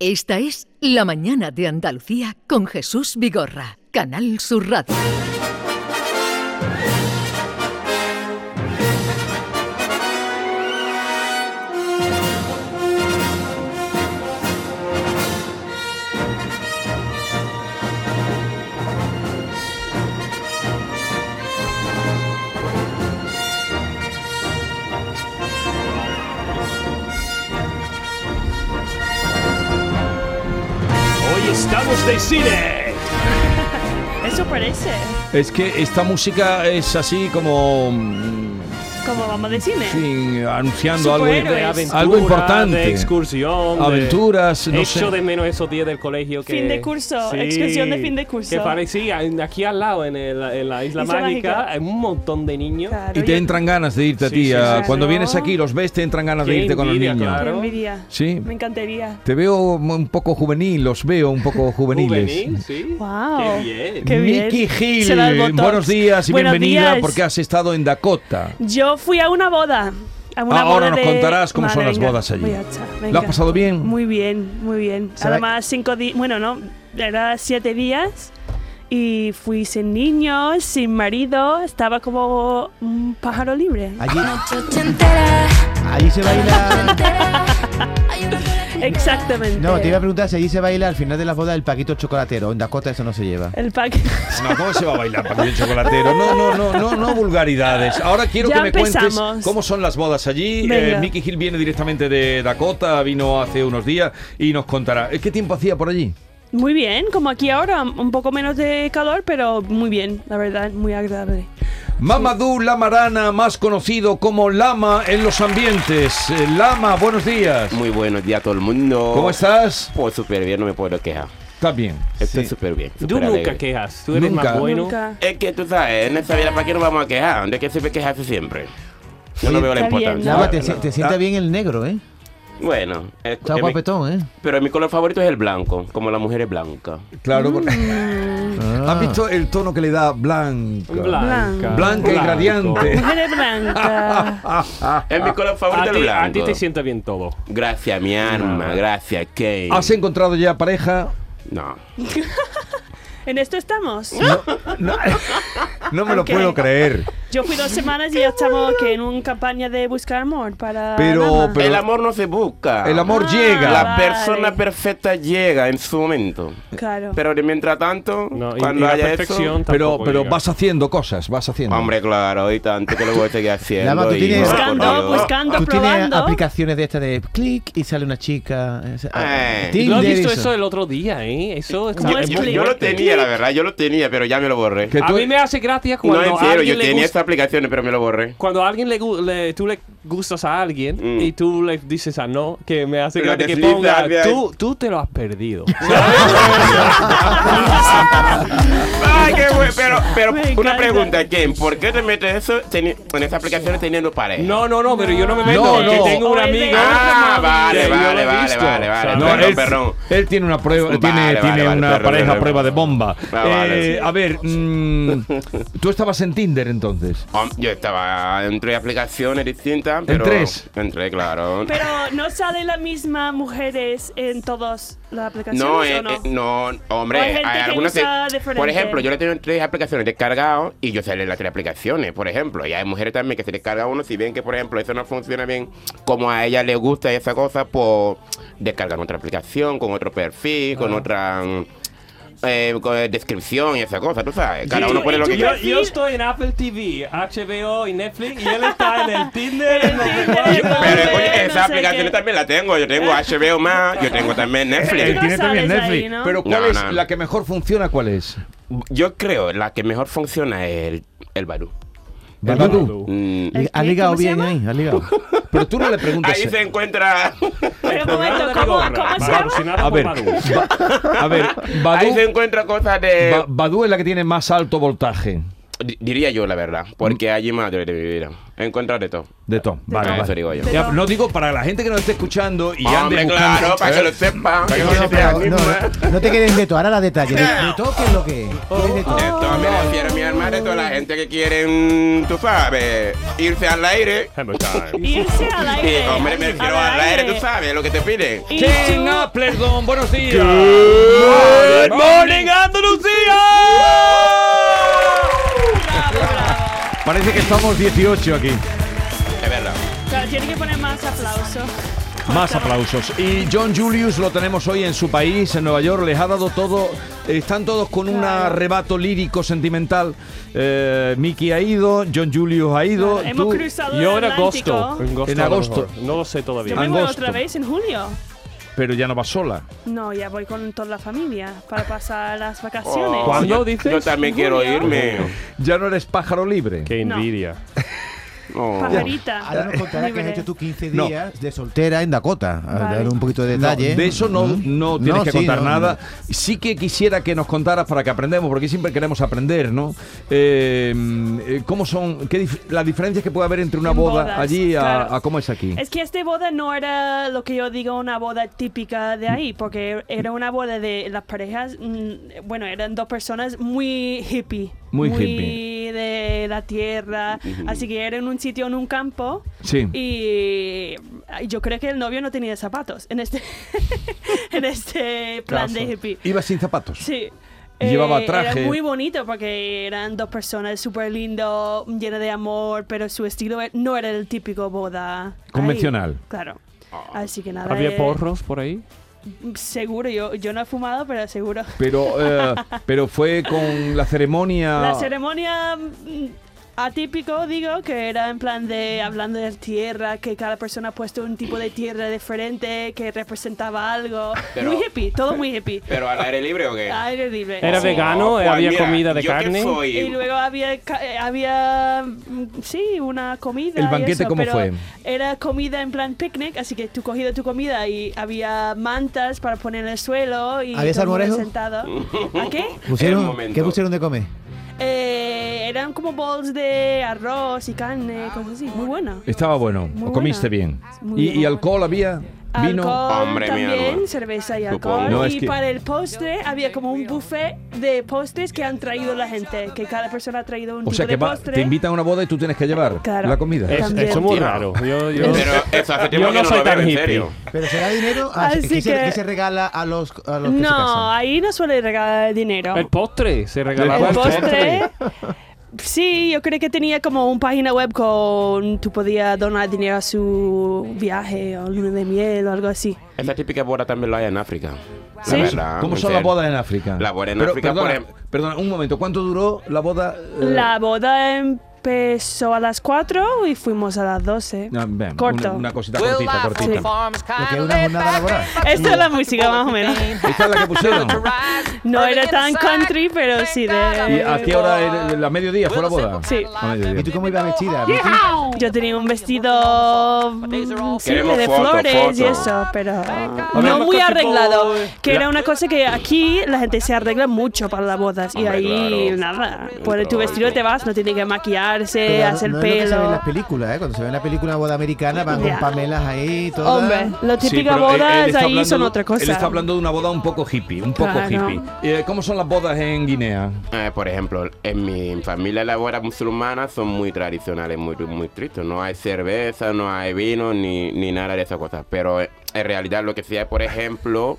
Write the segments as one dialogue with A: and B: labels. A: Esta es La Mañana de Andalucía con Jesús Vigorra, Canal Sur Radio.
B: Hoy estamos de cine.
C: Eso parece.
D: Es que esta música es así como mm,
C: Como vamos de cine.
D: sí, anunciando algo,
C: Superhéroes.
D: aventura, algo
B: De
D: importante.
B: excursión. de-
D: Aventuras, no
B: Echo
D: sé.
B: de menos esos días del colegio que...
C: Fin de curso, excursión de fin de curso.
B: Que parecía en- aquí al lado, en, el- en la Isla,
C: Isla
B: Mágica,
C: Mágica.
B: hay un montón de niños.
C: Claro,
D: Y te
C: yo-
D: entran ganas de irte a
B: Sí,
D: ti.
B: sí,
D: a-
B: sí, sí.
D: Cuando
C: Claro.
D: vienes aquí, los ves, te entran ganas de
B: Qué
D: irte con los
B: envidia,
D: niños.
C: qué
B: claro.
C: envidia.
D: Sí.
C: Me encantaría.
D: Te veo un poco juvenil, los veo un poco juveniles.
B: Juvenil, sí.
C: Wow.
B: Qué bien.
C: Qué bien.
D: Nicky
C: Se da el
D: Hill,
C: botox.
D: buenos días y
C: Buenos
D: bienvenida
C: días.
D: porque has estado en Dakota.
C: Yo fui a una boda. A una
D: Ah,
C: boda
D: Ahora nos
C: de-
D: contarás cómo son
C: Vale,
D: las
C: venga,
D: bodas allí.
C: voy a echar,
D: ¿Lo
C: venga.
D: has pasado bien?
C: Muy bien, muy bien.
D: ¿Será-
C: Además, cinco días. Bueno, no, era siete días. Y fui sin niños, sin marido. Estaba como un pájaro libre.
E: Allí, allí se baila.
C: Exactamente.
E: No, te iba a preguntar si allí se baila al final de la boda el paquito chocolatero. En Dakota eso no se lleva.
C: El paquete.
D: No, ¿cómo se va a bailar para el chocolatero? No, no, no, no, no vulgaridades. Ahora quiero
C: Ya
D: que me cuentes
C: empezamos.
D: cómo son las bodas allí.
C: Venga.
D: Eh, Mickey Hill viene directamente de Dakota, vino hace unos días y nos contará. Eh, ¿Qué tiempo hacía por allí?
C: Muy bien, como aquí ahora, un poco menos de calor, pero muy bien, la verdad, muy agradable.
D: Mamadou Lamarana, más conocido como Lama en los ambientes. Eh, Lama, buenos días.
F: Muy buenos días a todo el mundo.
D: ¿Cómo estás?
F: Pues súper bien, no me puedo quejar.
D: Está bien.
F: Estoy
D: Sí.
F: súper bien.
B: Tú
F: súper
B: nunca
F: alegre.
B: quejas. Tú eres
D: Nunca.
B: más bueno.
C: Nunca.
F: Es que tú sabes, en esta vida, ¿para qué nos vamos a quejar? ¿De qué sirve quejarse siempre? Yo no
E: Sí,
F: veo la
C: está bien,
F: importancia.
C: ¿no?
E: Lama,
F: la
E: te,
F: verdad.
E: si- te sienta
D: Ah.
E: bien el negro, ¿eh?
F: Bueno, es-
E: Está
F: es mi-
E: guapetón, ¿eh?
F: pero mi color favorito es el blanco, como la mujer es blanca.
D: Claro. porque-
C: Mm.
E: Ah.
D: ¿Has visto el tono que le da blanco?
B: Blanca.
D: Blanca y
B: Blanco.
D: radiante.
C: Mujer blanca.
F: Es mi color favorito
B: A
F: el
B: ti,
F: blanco.
B: a ti te sienta bien todo.
F: Gracias, mi alma. Gracias, Kate.
D: ¿Has encontrado ya pareja?
F: No.
C: en esto estamos.
D: No, no me lo
C: Ok.
D: puedo creer.
C: Yo fui dos semanas y ya estamos que en una campaña de buscar amor para.
D: Pero-
C: Lama.
D: pero-
F: el amor no se busca.
D: El amor
C: Ah,
D: llega.
F: La
C: Vale.
F: persona perfecta llega en su momento.
C: Claro.
F: Pero de mientras tanto,
B: No, y-
F: cuando
B: y la
F: haya eso,
B: perfección
D: Pero,
B: tampoco
D: pero
B: llega.
D: vas haciendo cosas, vas haciendo.
F: Hombre, claro, y tanto que lo voy a seguir haciendo.
E: Lama, tú
F: y-
E: tienes-
C: Buscando,
F: por Dios.
C: buscando,
E: Tú tienes
C: probando.
E: aplicaciones de estas de clic y sale una chica. eh, se-
F: Eh,
B: Yo he
E: Tinder,
B: visto eso el otro día, ¿eh? Eso es como...
C: Yo-
B: es
F: Yo,
B: muy
F: yo lo
B: fuerte.
F: tenía, la verdad, yo lo tenía, pero ya me lo borré.
D: Que
B: A
D: tú- e-
B: mí me hace gracia cuando
F: No, en
B: a
F: serio,
B: alguien
F: yo
B: le
F: tenía
B: gusta-
F: estas aplicaciones, pero me lo borré.
B: Cuando a alguien le, gu- le- tú le gustas a alguien
F: Mm.
B: y tú le dices a no, que me hace
F: Lo
B: gracia que
F: deslizas
B: ponga,
F: hacia
B: tú, tú te lo has perdido.
F: Ay, qué bueno, pero, pero
C: Me
F: una
C: encanta.
F: pregunta, Ken, ¿por qué te metes eso teni- en estas aplicaciones teniendo pareja?
B: no, no, no, pero yo no me meto,
D: No,
B: porque
D: no.
B: tengo una
C: Oye,
B: amiga.
F: Ah, vale,
B: Sí, yo lo
F: vale,
B: he
F: vale,
B: visto.
F: vale, vale.
B: No,
D: No,
F: perdón,
D: él,
F: perdón.
D: él tiene una prueba,
F: Vale,
D: tiene,
F: vale,
D: tiene
F: vale,
D: una
F: perdón,
D: pareja a
F: perdón.
D: prueba de bomba.
F: Ah, vale,
D: Eh,
F: sí.
D: A ver, mm, tú estabas en Tinder entonces.
F: Hom, Yo estaba en tres aplicaciones distintas, pero...
D: tres?
F: En tres, claro.
C: Pero no sale la misma mujeres en todas las aplicaciones.
F: No,
C: ¿o
F: eh,
C: no?
F: eh, no, hombre,
C: O hay
F: hay,
C: gente que
F: algunas.
C: usa
F: que-
C: diferente.
F: por ejemplo, yo le tengo tres aplicaciones descargadas y yo salí en las tres aplicaciones, por ejemplo. Y hay mujeres también que se descarga uno, si ven que, por ejemplo, eso no funciona bien, como a ella le gusta esa cosa, pues descargan otra aplicación, con otro perfil,
C: Ah.
F: con otra mm, eh, con, eh, descripción y esa cosa, tú sabes. Cada
C: Sí,
F: uno pone
C: y
F: lo
C: tú
F: que
B: Yo,
F: quiere.
C: perfil-
B: yo estoy en Apple TV, HBO y Netflix y él está en el Tinder. en los
C: Tinder,
B: demás.
C: yo-
F: Pero
C: no
F: oye,
C: sé
F: esas
C: qué.
F: aplicaciones también la tengo. Yo tengo HBO más, yo tengo también Netflix.
C: Él tiene también sales Netflix. ahí, ¿no?
D: Pero ¿cuál
F: No,
D: es
F: no.
D: la que mejor funciona? ¿Cuál es?
F: Yo creo la que mejor funciona es el, el Badoo.
D: Badoo.
F: Mm.
C: ¿El
E: ¿Has
C: qué?
E: ligado
C: ¿Cómo se
E: bien
C: llama?
E: ahí? ¿Has ligado?
D: Pero tú no le preguntas.
F: Ahí se encuentra.
C: Pero un momento, ¿cómo, cómo se llama?
B: Patrocinado
D: A
B: por
D: ver,
B: Badoo.
D: ba- a ver,
F: Ahí
D: Badoo-
F: se encuentra cosas de.
D: Ba- Badoo es la que tiene más alto voltaje.
F: di- diría yo la verdad,
B: Mm.
F: porque allí madre de vivir. Encontrar de todo.
D: De Tom. Vale,
F: Tom.
D: vale.
F: Eso digo yo.
D: Ya, no digo para la gente que nos esté escuchando y ande
F: Hombre,
D: buscando.
F: claro, para que
D: ¿eh?
F: lo sepan. Para que
E: No,
F: no
E: no,
F: se
E: pero
F: te
E: no,
F: anima.
E: no, no te quedes de todo, ahora la detalle. ¿De, de todo qué es lo que es? ¿Qué
D: Oh.
E: es de todo?
F: De todo me refiero, mi hermano, de toda la gente que quieren, tú sabes, irse al aire.
C: Irse al aire.
F: Sí, hombre, me refiero al aire, tú sabes, lo que te piden.
C: Y tú-
D: King Appleton, buenos días.
B: Good morning, Andalucía.
C: Bravo, bravo.
D: Parece que estamos 18 aquí.
F: Es verdad.
C: Claro, tiene que poner más aplauso.
D: Más aplausos. Y John Julius lo tenemos hoy en su país, en Nueva York. Les ha dado todo. Están todos con un arrebato lírico sentimental. Eh, Mickey ha ido, John Julius ha ido.
C: Hemos
D: tú-
C: cruzado
B: Y
C: el
B: ahora
C: Atlántico.
B: agosto.
D: En
B: a lo
D: agosto.
B: mejor. No lo sé todavía.
C: Yo me voy
D: Agosto.
C: otra vez en julio.
D: Pero ya no va sola.
C: No, ya voy con toda la familia para pasar las vacaciones.
B: ¿Cuándo
F: yo-
B: dices?
F: Oh, Yo también quiero
C: Julio.
F: irme.
D: Ya no eres pájaro libre.
B: Qué
C: No.
B: envidia.
F: Oh.
C: Pajarita.
E: Ahora nos contarás que has
C: Libre.
E: hecho tú 15
D: No.
E: días de soltera en Dakota. A
C: Vale.
E: dar un poquito de detalle.
D: de eso no,
E: Mm.
D: no tienes que
E: sí,
D: contar
E: no, no.
D: nada. Sí que quisiera que nos contaras para que aprendamos, porque siempre queremos aprender, ¿no? Eh, eh, ¿Cómo son? Qué dif- las diferencias que puede haber entre una
C: En
D: boda
C: bodas,
D: allí a,
C: claro.
D: a cómo es aquí.
C: Es que esta boda no era lo que yo digo una boda típica de ahí, porque era una boda de las parejas, mm, bueno, eran dos personas muy hippie.
D: Muy hippie.
C: de la tierra, así que era en un sitio, en un campo.
D: Sí.
C: Y ay, yo creo que el novio no tenía zapatos en este, en este plan de hippie.
D: Iba sin zapatos.
C: Sí. Eh,
D: Llevaba traje.
C: Era muy bonito porque eran dos personas súper lindo, llenas de amor, pero su estilo e- no era el típico boda. ahí.
D: Convencional. Ah.
C: claro. Así que nada.
B: ¿Había
C: eh,
B: porros por ahí?
C: Seguro, yo, yo no he fumado, pero seguro.
D: Pero, eh, pero fue con la ceremonia.
C: La ceremonia mm, atípico, digo, que era en plan de hablando de tierra, que cada persona ha puesto un tipo de tierra diferente, que representaba algo.
F: Pero-
C: muy hippie, todo muy hippie.
F: ¿Pero al aire libre o qué? Oh, pues
C: Aire libre.
B: Era
C: Sí.
B: vegano. había comida de
F: yo que
B: carne.
F: soy-
C: Y luego había, ca- eh, había mm, sí, una comida.
D: ¿El
C: y
D: banquete
C: eso,
D: cómo
C: pero
D: fue?
C: Era comida en plan picnic, así que tú cogido tu comida y había mantas para poner en el suelo y
E: ¿Había
C: todo el mundo
E: salmorejo?
C: sentado. ¿A qué?
F: El
E: ¿Pusieron,
F: momento.
E: ¿Qué pusieron de comer?
C: Eh, eran como bowls de arroz y
B: Ah,
C: carne, cosas así. Muy bueno.
D: Estaba bueno,
C: Muy
D: o comiste
C: buena.
D: bien.
C: Muy
D: ¿Y, y
C: buena.
D: alcohol había? ¿Vino?
C: Alcohol
F: Hombre, mi
C: también,
F: alma.
C: cerveza y
F: Supongo.
C: alcohol.
D: No, es
C: y
D: que-
C: para el postre había como un buffet de postres que han traído la gente, que cada persona ha traído un
D: O
C: tipo
D: sea que
C: de
D: va-
C: postre.
D: te invitan a una boda y tú tienes que llevar
C: Claro.
D: la comida.
C: Eh,
B: Es,
C: También.
B: eso es muy
F: Tío.
B: raro. Yo, yo-
F: Pero eso hace tiempo
B: Yo
F: que
B: no
F: no
B: soy
F: lo
B: tan
F: veo, en
B: hippie.
F: serio.
E: ¿Pero será dinero?
C: Así
E: ¿qué, se,
C: que-
E: qué se regala a los, a los que se
C: No,
E: casan?
C: ahí no suele regalar dinero.
B: el postre se
C: El
B: regalaba.
D: ¿El
C: postre. Sí, yo creo que tenía como una página web con tú podías donar dinero a su viaje o luna de miel o algo así.
F: Esa típica boda también lo hay en África. La
C: ¿Sí?
F: verdad,
D: ¿Cómo
F: en
D: son las
F: serio.
D: bodas en África?
F: Las bodas en
D: Pero,
F: África, por em-
D: perdona,
F: ejemplo.
D: perdona, un momento. ¿Cuánto duró la boda? eh?
C: La boda empezó a las 4 y fuimos a las 12.
D: Ah, bien,
C: Corto.
D: Una, una cosita cortita, cortita.
E: Lo que es una jornada laboral.
C: Esta es la música más o menos.
D: Esta es la que pusieron.
C: No era tan country, pero sí
D: ¿Y
C: de...
D: a qué hora? era? ¿La mediodía fue la boda?
C: Sí.
D: A mediodía.
E: ¿Y tú cómo ibas vestida? Vicky?
C: Yo tenía un vestido mm, sí,
F: Queremos
C: de
F: foto,
C: flores y
F: foto.
C: eso, pero
B: Hablamos
C: no muy
B: con
C: arreglado.
B: tipo-
C: Que era una cosa que aquí la gente se arregla mucho para las bodas y
F: Hombre,
C: ahí
F: claro.
C: nada. Por tu vestido te vas, no tiene que maquillarse,
E: Pero no-
C: hacer
E: no es lo que se ve en
C: pelo.
E: las películas, ¿eh? Cuando se ve en la película boda americana van
C: Ya.
E: con pamelas ahí todas.
C: Hombre, la
D: Sí,
C: típica
D: pero él-
C: boda
D: él está
C: ahí
D: hablando
C: son
D: de-
C: otra cosa.
D: Él está hablando de una boda un poco hippie, un poco
C: Claro.
D: hippie. Eh, ¿Cómo son las bodas en Guinea?
F: Eh, por ejemplo, en mi familia las bodas musulmanas son muy tradicionales, muy, muy tristes. No hay cerveza, no hay vino, ni, ni nada de esas cosas. Pero eh, en realidad lo que sí hay, por ejemplo,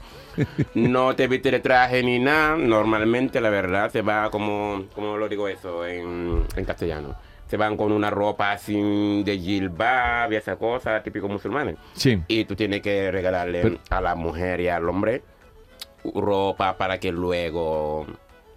F: no te viste de traje ni nada. Normalmente, la verdad, se va como, ¿cómo lo digo eso en, en castellano? Se van con una ropa así de jilbab y esas cosas, típicos musulmanes.
D: Sí.
F: Y tú tienes que regalarle
D: Pero-
F: a la mujer y al hombre ropa para que luego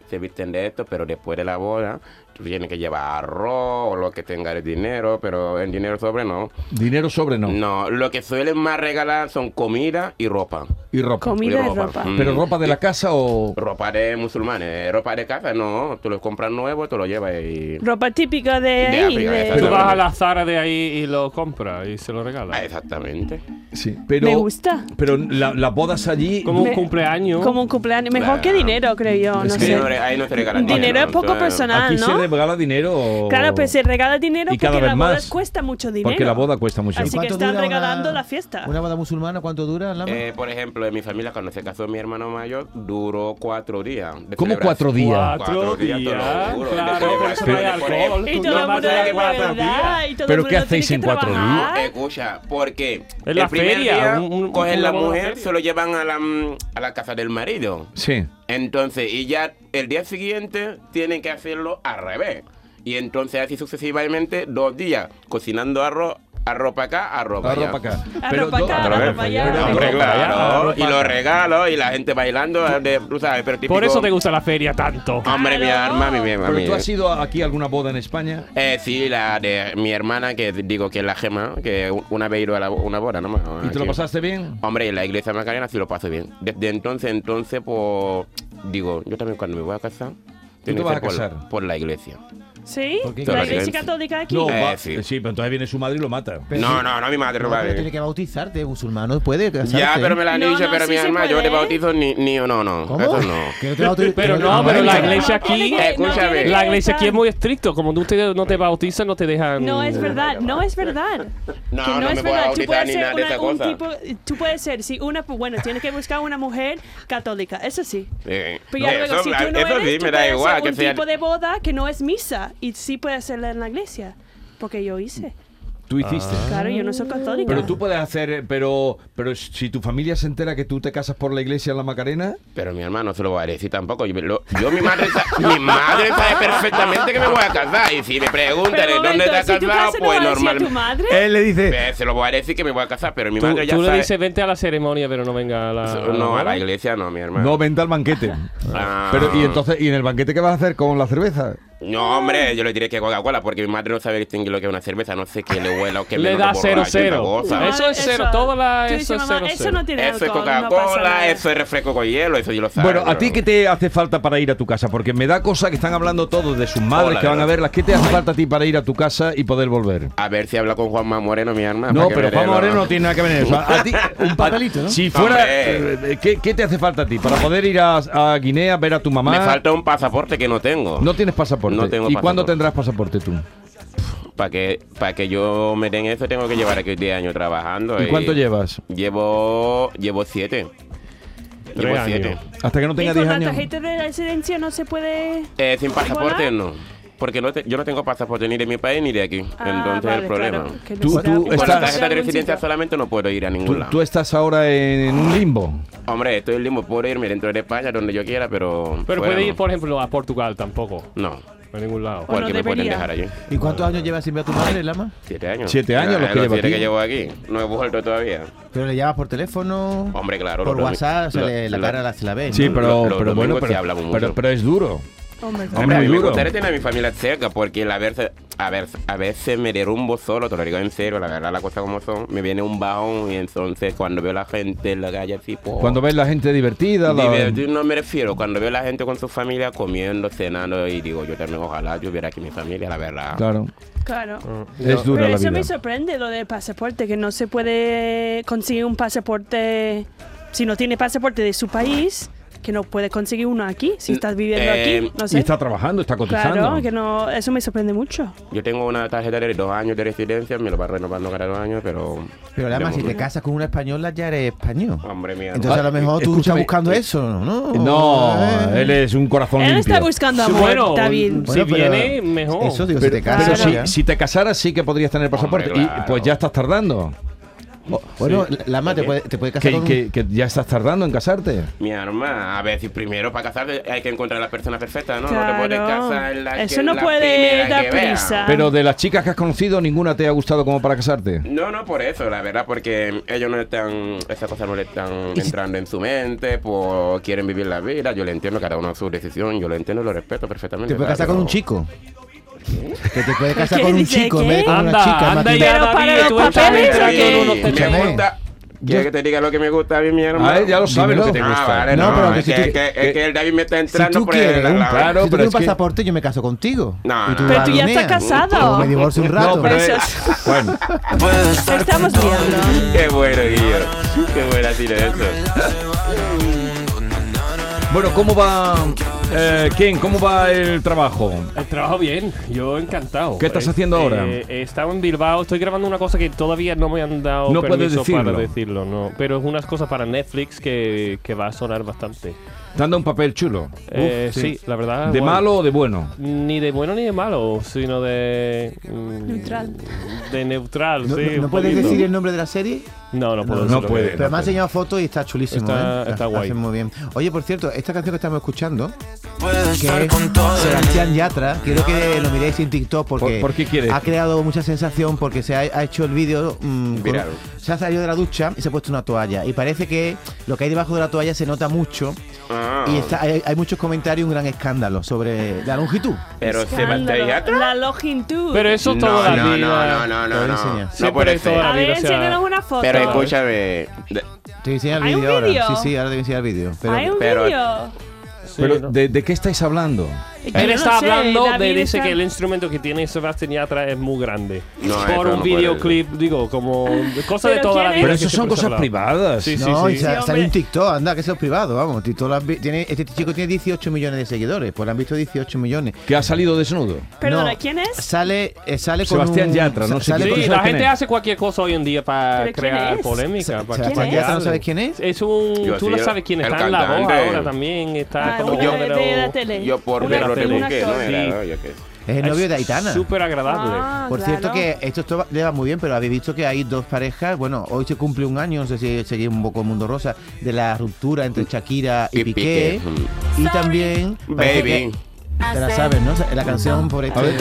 F: se visten de esto, pero después de la boda tú tienes que llevar arroz o lo que tenga de dinero, pero el dinero sobre no.
D: Dinero sobre no.
F: No, lo que suelen más regalar son comida y ropa.
D: Y ropa.
C: Comida y
F: Y ropa.
C: ropa.
F: Mm.
D: ¿Pero ropa de la casa o...?
F: Ropa de musulmanes, ropa de casa, no, tú lo compras nuevo, te lo llevas y...
C: Ropa típica de
F: De
C: ahí.
F: África,
C: de-
F: exacto.
B: Tú vas a la Zara de ahí y lo compras y se lo
F: Ah,
B: regalas.
F: exactamente.
D: Sí, pero...
C: Me gusta.
D: Pero la- las bodas allí...
B: Como un
C: Me-
B: cumpleaños.
C: Como un cumpleaños. Mejor que
F: Claro.
C: dinero, creo yo. No
D: Es que
C: sé.
F: Dinero, ahí no te regalan
C: Dinero es poco
F: entonces-
C: personal,
D: Aquí
C: ¿no?
D: se regala dinero. o-
C: Claro, pero se regala dinero
D: Y cada
C: porque
D: vez
C: la boda
D: más.
C: cuesta mucho dinero.
D: Porque la boda cuesta mucho.
E: ¿Y
C: Así que
E: cuánto
C: están
E: dura una-
C: regalando la fiesta.
E: ¿Una boda musulmana cuánto dura, Lama?
F: Eh, por ejemplo, en mi familia, cuando se casó mi hermano mayor, duró cuatro días. de
D: ¿Cómo
F: celebración.
D: cuatro días?
B: Cuatro días, claro, por eso no hay alcohol.
C: Y
B: Tú
C: todo
B: no
C: el
B: vas a
C: mundo
B: dar
C: de
B: cuatro días.
C: verdad. Y todo el
D: ¿Pero
C: mundo
D: qué hacéis
C: tiene
D: en
C: que
D: cuatro días?
C: trabajar.
F: No, escucha, porque
B: En Ah. la
F: el primer
B: feria,
F: día
B: un- un-
F: cogen
B: una
F: la
B: boda en
F: mujer,
B: feria.
F: se lo llevan a la, mm, a la casa del marido.
D: Sí.
F: Entonces, y ya el día siguiente tienen que hacerlo al revés. Y entonces así sucesivamente, dos días cocinando arroz, arroz para acá, arroz para
D: Arroz
F: allá.
D: para acá.
C: Arroz
D: Pero
C: pa'
D: do-
C: acá,
D: otra
C: arroz
D: vez,
C: pa' allá.
D: ¿verdad?
F: Hombre,
D: Arroz pa' allá,
F: claro,
D: arroz
F: y
D: pa'
F: los
D: acá.
F: regalos y la gente bailando, de- tú sabes, pero típico... Ah,
B: Por eso te gusta la feria tanto.
F: Hombre, mi
C: Claro.
F: arma, mi, mi, mi-
D: Pero tú has ido aquí a alguna boda en España.
F: Eh, sí, la de mi hermana, que digo que es la gema, que u- una vez he ido a la- una boda nomás.
D: ¿Y te lo
F: aquí.
D: pasaste bien?
F: Hombre, en la iglesia Macarena sí lo paso bien. Desde entonces, entonces, pues, digo, yo también cuando me voy a casar, tiene
D: te
F: que
D: vas
F: ser
D: a
F: por,
D: casar?
F: por la iglesia.
C: ¿Sí?
E: ¿Por qué?
C: La
F: Claro,
C: iglesia
F: sí.
C: católica aquí.
D: No,
F: Eh,
D: va-
F: sí.
D: sí. pero entonces viene su madre y lo mata.
E: Pero-
F: no, no, no, mi madre,
E: No,
F: vale.
E: pero tiene que bautizarte, musulmano puede casarse.
F: Ya, pero me la han
C: No,
F: dicho,
C: no,
F: pero
C: sí
F: mi
C: se
F: hermana, yo
C: puede.
F: te bautizo ni, ni no, no.
E: ¿Cómo?
F: Eso no.
E: Que no te bauti-
B: Pero
E: que
B: no,
E: te
B: pero la
E: bauticen.
B: iglesia aquí-
C: tiene que- no
F: Escúchame.
C: tiene que
B: La iglesia aquí es
C: estar.
B: muy estricto. Como tú te- no te bautizan, no te dejan.
C: No es verdad, no es verdad.
F: No,
C: Que
F: no me
C: es verdad.
F: puedo
C: Tú
F: bautizar
C: puedes
F: ni
C: ser
F: nada de
C: una-
F: esa
C: un
F: cosa.
C: tipo- tú puedes ser, sí, una, bueno, tienes que buscar una mujer católica, eso sí.
F: Eh,
C: Pero ya luego,
F: eso,
C: si
F: la-
C: tú no
F: eso
C: eres,
F: sí,
C: tú
F: me da
C: puedes
F: igual
C: hacer
F: que
C: un
F: sea.
C: tipo de boda que no es misa y sí puede hacerla en la iglesia, porque yo hice.
D: Tú hiciste.
C: Claro, yo no soy católica.
D: Ah. Pero tú puedes hacer, eh, pero pero si tu familia se entera que tú te casas por la iglesia en la Macarena,
F: Pero mi hermano no se lo voy a decir tampoco. Yo, lo- yo, mi madre sa- mi madre sabe perfectamente que me voy a casar. Y si me preguntan
C: Pero
F: ¿eh,
C: un
F: dónde
C: momento,
F: te has
C: si tú
F: casado,
C: casas, no
F: pues
C: vas a decir a tu
F: normalmente.
C: madre.
E: Él le dice,
F: Eh, se lo voy a decir que me voy a casar, pero mi
B: Tú,
F: madre ya
B: tú le
F: sabe.
B: dices, vente a la ceremonia, pero no venga a la.
F: no, a
B: boda".
F: la iglesia no, mi hermano.
D: "Ah, no venda al banquete.
F: Ah.
D: Pero y entonces y en el banquete qué vas a hacer con la cerveza?
F: No, hombre, yo le diré que Coca-Cola, porque mi madre no sabe distinguir lo que es una cerveza, no sé qué le huela o qué
B: Le
F: me
B: da
F: cero
B: 0-0.
C: Tu
B: Eso es cero, toda la-
C: Tú
B: eso
C: dices,
B: es
C: mamá,
B: cero,
C: eso
B: cero.
C: no tiene
F: Eso es
C: alcohol, no pasa
F: Coca-Cola,
C: nada.
F: eso es refresco con hielo, eso yo lo sabes.
D: Bueno, ¿a ti qué te hace falta para ir a tu casa? Porque me da cosa que están hablando todos de sus madres
F: Hola,
D: que van a
F: gracias.
D: verlas. ¿Qué te hace falta a ti para ir a tu casa y poder volver?
F: A ver si habla con Juanma Moreno, mi hermano.
D: No,
F: para que
D: pero
F: me
D: Juan
F: dé lo-
D: Moreno no tiene nada que ver en eso. A- a ti-
E: un papelito, ¿no?
D: si fuera,
F: Hombre.
D: eh, ¿qué, qué te hace falta a ti para poder ir a, a Guinea ver a tu mamá?
F: Me falta un pasaporte que no tengo.
D: No tienes pasaporte.
F: No tengo
D: ¿Y cuándo
F: pasaporte.
D: tendrás pasaporte tú?
F: Para que, para que yo me den eso, tengo que llevar aquí 10 años trabajando.
D: ¿Y cuánto llevas?
F: Llevo. Llevo 7. Llevo
B: años.
F: 7.
D: Hasta que no
C: Y con
D: tenga 10
C: la
D: años.
C: tarjeta de residencia no se puede.
F: Eh, sin pasaporte
C: ¿Hola?
F: no. Porque no te- yo no tengo pasaporte ni de mi país ni de aquí.
C: Ah,
F: Entonces
C: vale,
F: el problema.
C: claro, que
D: Tú-
C: no se
D: tú
C: puede
F: Con la
D: estás-
F: tarjeta de
C: algún
F: residencia
C: sitio.
F: solamente no puedo ir a ningún
D: Tú,
F: lado.
D: tú estás ahora en un limbo.
F: Hombre, estoy en limbo, puedo irme dentro de España donde yo quiera, pero.
B: Pero
F: fuera
B: puede ir,
F: no.
B: por ejemplo, a Portugal tampoco.
F: No,
B: A ningún lado.
C: Bueno,
F: porque me pueden
C: debería.
F: dejar allí.
E: ¿Y cuántos años llevas sin ver a tu madre, Lama?
F: Siete años.
D: Siete años
F: Ah,
D: los que llevo
F: siete
D: aquí.
F: que llevo aquí. No he vuelto todavía.
E: ¿Pero le llamas por teléfono?
F: Hombre, claro.
E: por
F: los domi-
E: WhatsApp, o sea,
F: lo-
E: le- la
F: lo-
E: cara la, se la ve.
D: Sí,
F: Lo-
D: pero,
F: los
D: pero bueno,
F: domingos sí
D: pero,
F: hablamos
D: pero-
F: mucho.
D: pero es duro.
C: Oh my God.
F: Hombre, a
D: Muy
F: mí me
D: duro.
F: gustaría tener a mi familia cerca porque la verse, a, ver, a veces me derrumbo solo, te lo digo en serio, la verdad, la cosa como son. Me viene un bajón y entonces cuando veo a la gente en la calle así, po,
D: Cuando ves la gente Oh. divertida, la-
F: divertido no me refiero, cuando veo a la gente con su familia comiendo, cenando y digo, yo también ojalá yo viera aquí mi familia, la verdad.
D: claro,
C: Claro.
D: es dura
C: Pero
D: la
C: eso
D: vida.
C: me sorprende lo del pasaporte, que no se puede conseguir un pasaporte. Si no tiene pasaporte de su país, que no puede conseguir uno aquí, si estás viviendo
F: Eh,
C: aquí. No
D: Y
C: sé.
D: está trabajando, está cotizando.
C: claro, que no, eso me sorprende mucho.
F: Yo tengo una tarjeta de dos años de residencia, me lo va renovando cada dos años, pero...
E: Pero
F: de
E: Lama, si te
F: momento-
E: casas con una española, ya eres español.
D: Ah,
F: Hombre mía.
E: Entonces a lo mejor tú estás
D: Escúchame. eh,
E: buscando eso, ¿no?
D: No,
E: Eh.
D: él es un corazón
C: Él
D: limpio.
C: está buscando amor,
B: Bueno,
C: David.
B: Si
E: Bueno, pero-
B: viene, mejor.
E: Eso, digo,
D: Pero,
E: si te casas
D: pero
E: con
D: si,
E: ella.
D: si te casaras sí que podrías tener pasaporte.
F: Hombre,
D: Y
F: claro.
D: pues ya estás tardando.
E: Bueno, Lama, te
F: ¿Qué?
E: puede, te puede casar
D: Que,
E: con...
D: que- que ya estás tardando en casarte.
F: Mi arma, a ver si primero para casarte hay que encontrar la persona perfecta, ¿no?
C: Claro.
F: No te puedes casar en la
C: Eso
F: que-
C: no
F: la
C: puede
F: primera
C: dar
F: que vea.
E: Ah.
C: prisa.
D: Pero de las chicas que has conocido, ninguna te ha gustado como para casarte.
F: No, no por eso, la verdad, porque ellos no están, esas cosas no le están entrando en su mente, pues quieren vivir la vida, yo le entiendo, cada uno su decisión, yo lo entiendo, lo respeto perfectamente.
E: Te puede casar
F: claro.
E: con un chico. Que te puede casar
C: ¿Qué
E: con un
C: dice?
E: chico en
C: ¿Qué?
E: vez de con una
B: Anda,
E: chica.
B: anda
E: Mati.
B: ya,
C: Pero para
B: David,
C: los
B: tú estás
C: papeles
B: entrando
F: Sí,
B: en unos
E: Escúchame.
F: me
B: terrenos.
F: gusta. ¿Quieres que te diga lo que me gusta a mí, mi hermano?
D: Ah, él ya lo sabe
E: dímelo.
D: lo que te
F: Ah,
D: gusta.
F: vale,
E: No,
F: no,
E: pero que
F: es,
E: si
F: que,
E: tú-
F: es que- es que el David me está
E: Si
F: entrando
E: tú
F: por el-
E: quieres un,
F: la-
D: claro,
E: si
D: pero
E: tú tienes
D: es
E: un
D: que-
E: pasaporte, yo me caso contigo.
F: No,
E: Y tú
F: no.
C: Pero tú ya
E: baroneas.
C: estás casado.
E: O me divorcio un rato.
D: No, pero
C: Eso
D: eh,
C: es-
D: bueno,
C: Estamos viendo.
F: Qué bueno, Guillo. Qué buena tiene eso.
D: bueno, ¿cómo va Eh, Ken, ¿cómo va el trabajo?
B: El trabajo bien, yo encantado.
D: ¿Qué estás
B: Eh,
D: haciendo ahora?
B: eh, he estado en Bilbao, estoy grabando una cosa que todavía no me han dado
D: No puedes
B: permiso
D: decirlo.
B: para decirlo, no. Pero es unas cosas para Netflix que, que va a sonar bastante.
D: Dando un papel chulo. Uf,
B: Eh, sí. la verdad.
D: ¿De
B: guay.
D: malo o de bueno?
B: Ni de bueno ni de malo, sino de. mm,
C: Neutral.
B: De neutral,
E: ¿No,
B: sí.
E: no- no
B: un
E: puedes
B: poquito.
E: decir el nombre de la serie?
B: No, no puedo
D: No, no
B: decirlo.
D: puede.
E: Pero me ha enseñado fotos y está chulísimo.
B: Está-
E: ¿eh?
B: está
E: Lo
B: guay.
E: hacen muy bien. Oye, por cierto, esta canción que estamos escuchando,
G: Puedo
E: que
G: estar
E: es
G: con todo.
E: Sebastián Yatra, quiero que lo miréis en TikTok porque
D: ¿Por- por qué quiere?
E: ha creado mucha sensación porque se ha, ha hecho el vídeo. mm, con-
F: Viral.
E: se ha salido de la ducha y se ha puesto una toalla. Y parece que lo que hay debajo de la toalla se nota mucho.
F: Ah,
E: Y está- hay, hay muchos comentarios y un gran escándalo sobre la longitud.
F: pero
C: Escándalo.
F: Sebastián Yatra.
C: La longitud.
B: Pero eso
F: No,
B: toda la
F: no,
B: vida.
F: no, no, no,
E: Te lo
F: no,
E: voy a
F: no.
E: enseñar.
F: No
B: Siempre
F: puede
B: toda la
F: ser.
C: a ver,
B: vida se ha-
C: enséñanos una foto.
F: Pero escúchame. de-
E: Te voy a enseñar
C: ¿Hay
E: el
C: un
E: vídeo ahora.
C: vídeo?
E: Sí, sí, ahora te voy a enseñar el vídeo. Pero
C: Hay un
F: pero-
C: vídeo.
B: Sí,
D: Pero,
B: no.
D: ¿de, de qué estáis hablando?
C: Yo
B: Él
C: no
B: está
C: sé,
B: hablando de
C: David
B: dice
C: está-
B: que el instrumento que tiene Sebastián Yatra es muy grande.
F: No, eso
B: Por
F: no
B: un
F: puede
B: videoclip, digo, como cosa de
C: Pero
B: toda la vida.
C: ¿quién es?
D: Pero
B: que
D: eso
B: siempre
D: son
B: se ha
D: cosas
B: hablado.
D: privadas.
B: Sí, sí,
E: no,
B: sí.
E: y sa-
C: Sí,
E: sale en
C: hombre.
E: TikTok, anda, que eso es privado, vamos. TikTok lo han vi- tiene, este chico tiene 18 millones de seguidores, pues lo han visto 18 millones.
D: Que ha salido desnudo.
C: Perdona,
E: No,
C: ¿quién es?
E: Sale, eh, sale con
D: Sebastián
E: un-
D: Yatra, no
E: sa-
D: sé
E: sale
D: quién
E: con-
B: Sí,
D: sabes
B: la
D: quién
B: gente
D: es?
B: hace cualquier cosa hoy en día para
C: ¿Pero quién
B: crear
C: es?
B: polémica.
E: Sa-
B: para
E: Sebastián
B: crear
E: Yatra, ¿no
B: algo.
E: sabes quién es?
B: Es un...
F: Yo
B: tú
F: sí,
B: lo
F: el-
B: sabes quién
F: el
B: está en la voz
F: cantante.
B: ahora también. Está
C: Ah,
B: como
C: uno
B: uno
C: de,
B: de los-
C: de la tele.
F: Yo por
C: Uno
B: de la
C: actor,
F: verlo te
B: tele.
C: un
F: busqué, ¿no?
C: actor.
F: Era,
B: Sí.
F: ¿no? Yo qué sé.
E: Es el novio de
B: Es
E: Aitana.
B: Súper agradable.
C: Ah,
E: Por cierto
C: claro.
E: que esto, esto le va muy bien, pero habéis visto que hay dos parejas, bueno, hoy se cumple un año, no sé si seguís un poco el mundo rosa, de la ruptura entre Shakira y,
F: Y
E: Piqué.
F: Piqué.
E: Y también... parece
F: Baby.
E: que- Te la sabes, ¿no? La canción por este...
D: ver.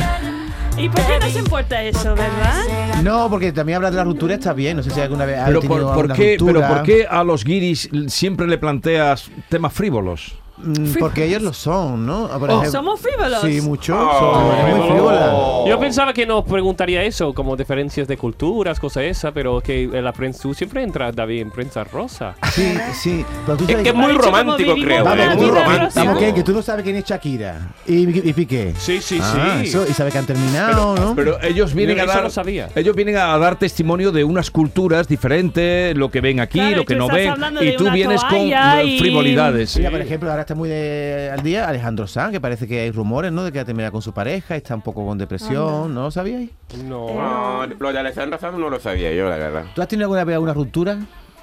C: ¿Y por qué nos importa eso, verdad?
E: No, porque también hablar de la ruptura está bien. No sé si alguna vez has
D: Pero
E: tenido
D: por, por
E: alguna
D: qué, pero
E: ruptura.
D: ¿por qué a los guiris siempre le planteas temas frívolos?
E: Mm, Porque ellos lo son, ¿no? Ah, Por ejemplo-
C: Oh. Somos frívolos.
E: Sí, mucho.
F: Oh,
E: son- es muy
B: Pero-
E: frívola.
B: Yo pensaba que nos preguntaría eso, como diferencias de culturas, cosas esas, pero que en la prensa, tú siempre entras, David, en prensa rosa.
E: Sí, sí. Pero tú
F: Es
E: sabes
F: que es muy
C: Ha dicho como
F: romántico,
C: vivimos
F: creo.
E: Vamos,
F: ¿eh?
E: que
F: Es
E: tú
F: muy
E: no-
F: romántico.
E: Vamos, que, que tú no sabes quién es Shakira y, y Piqué.
B: Sí, sí,
E: Ah,
B: sí.
E: eso- y sabes que han terminado, ¿no?
D: Pero ellos vienen
B: Yo
D: a
B: eso
D: dar,
B: no sabía.
D: ellos vienen a dar testimonio de unas culturas diferentes, lo que ven aquí,
C: Claro,
D: lo
C: y
D: que
C: tú
D: no
C: estás
D: ven,
C: hablando
D: y
C: de
D: tú
C: una
D: vienes con
C: toalla
D: eh,
C: y-
D: frivolidades.
E: Mira, por ejemplo, ahora está muy de- al día Alejandro Sanz, que parece que hay rumores, ¿no? De que ha terminado con su pareja, está un poco con depresión, ¿no lo sabíais?
B: No.
C: Eh.
F: No, lo de Alessandra Sanz no lo sabía yo, la verdad.
E: ¿Tú has tenido alguna vez alguna ruptura?